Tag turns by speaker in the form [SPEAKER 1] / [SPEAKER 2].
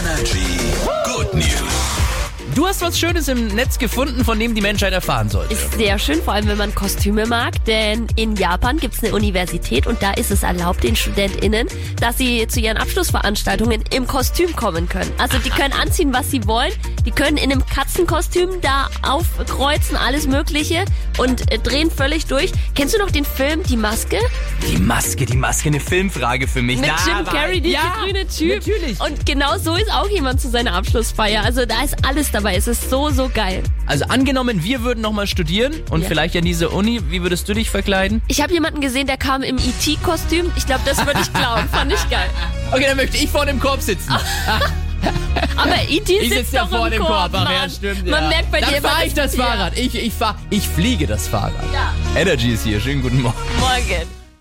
[SPEAKER 1] Energy. Good News.
[SPEAKER 2] Du hast was Schönes im Netz gefunden, von dem die Menschheit erfahren sollte.
[SPEAKER 3] Ist sehr schön, vor allem wenn man Kostüme mag, denn in Japan gibt's eine Universität und da ist es erlaubt den StudentInnen, dass sie zu ihren Abschlussveranstaltungen im Kostüm kommen können. Also die können anziehen, was sie wollen, die können in einem Katzenkostüm da aufkreuzen, alles mögliche und äh, drehen völlig durch. Kennst du noch den Film Die Maske?
[SPEAKER 2] Die Maske, die Maske, eine Filmfrage für mich.
[SPEAKER 3] Mit
[SPEAKER 2] Na,
[SPEAKER 3] Jim Carrey, dieser
[SPEAKER 2] ja,
[SPEAKER 3] grüne Typ.
[SPEAKER 2] Natürlich.
[SPEAKER 3] Und genau so ist auch jemand zu seiner Abschlussfeier. Also da ist alles dabei. Es ist so, so geil.
[SPEAKER 2] Also angenommen, wir würden nochmal studieren und
[SPEAKER 3] Ja.
[SPEAKER 2] vielleicht an diese Uni, wie würdest du dich verkleiden?
[SPEAKER 3] Ich habe jemanden gesehen, der kam im ET-Kostüm. Ich glaube, das würde ich glauben. Fand ich geil.
[SPEAKER 2] Okay, dann möchte ich vor dem Korb sitzen.
[SPEAKER 3] Aber ET
[SPEAKER 2] ich
[SPEAKER 3] sitzt
[SPEAKER 2] sitze ja
[SPEAKER 3] doch
[SPEAKER 2] vor
[SPEAKER 3] im
[SPEAKER 2] dem Korb.
[SPEAKER 3] Korb,
[SPEAKER 2] Ach,
[SPEAKER 3] Mann.
[SPEAKER 2] ja, stimmt.
[SPEAKER 3] Man
[SPEAKER 2] ja.
[SPEAKER 3] merkt bei
[SPEAKER 2] dann
[SPEAKER 3] dir immer,
[SPEAKER 2] fahre ich
[SPEAKER 3] dass-
[SPEAKER 2] das Fahrrad. Ich, ich, fahr, ich fliege das Fahrrad.
[SPEAKER 3] Ja.
[SPEAKER 2] Energy ist hier. Schönen guten Morgen.
[SPEAKER 3] Ja, morgen.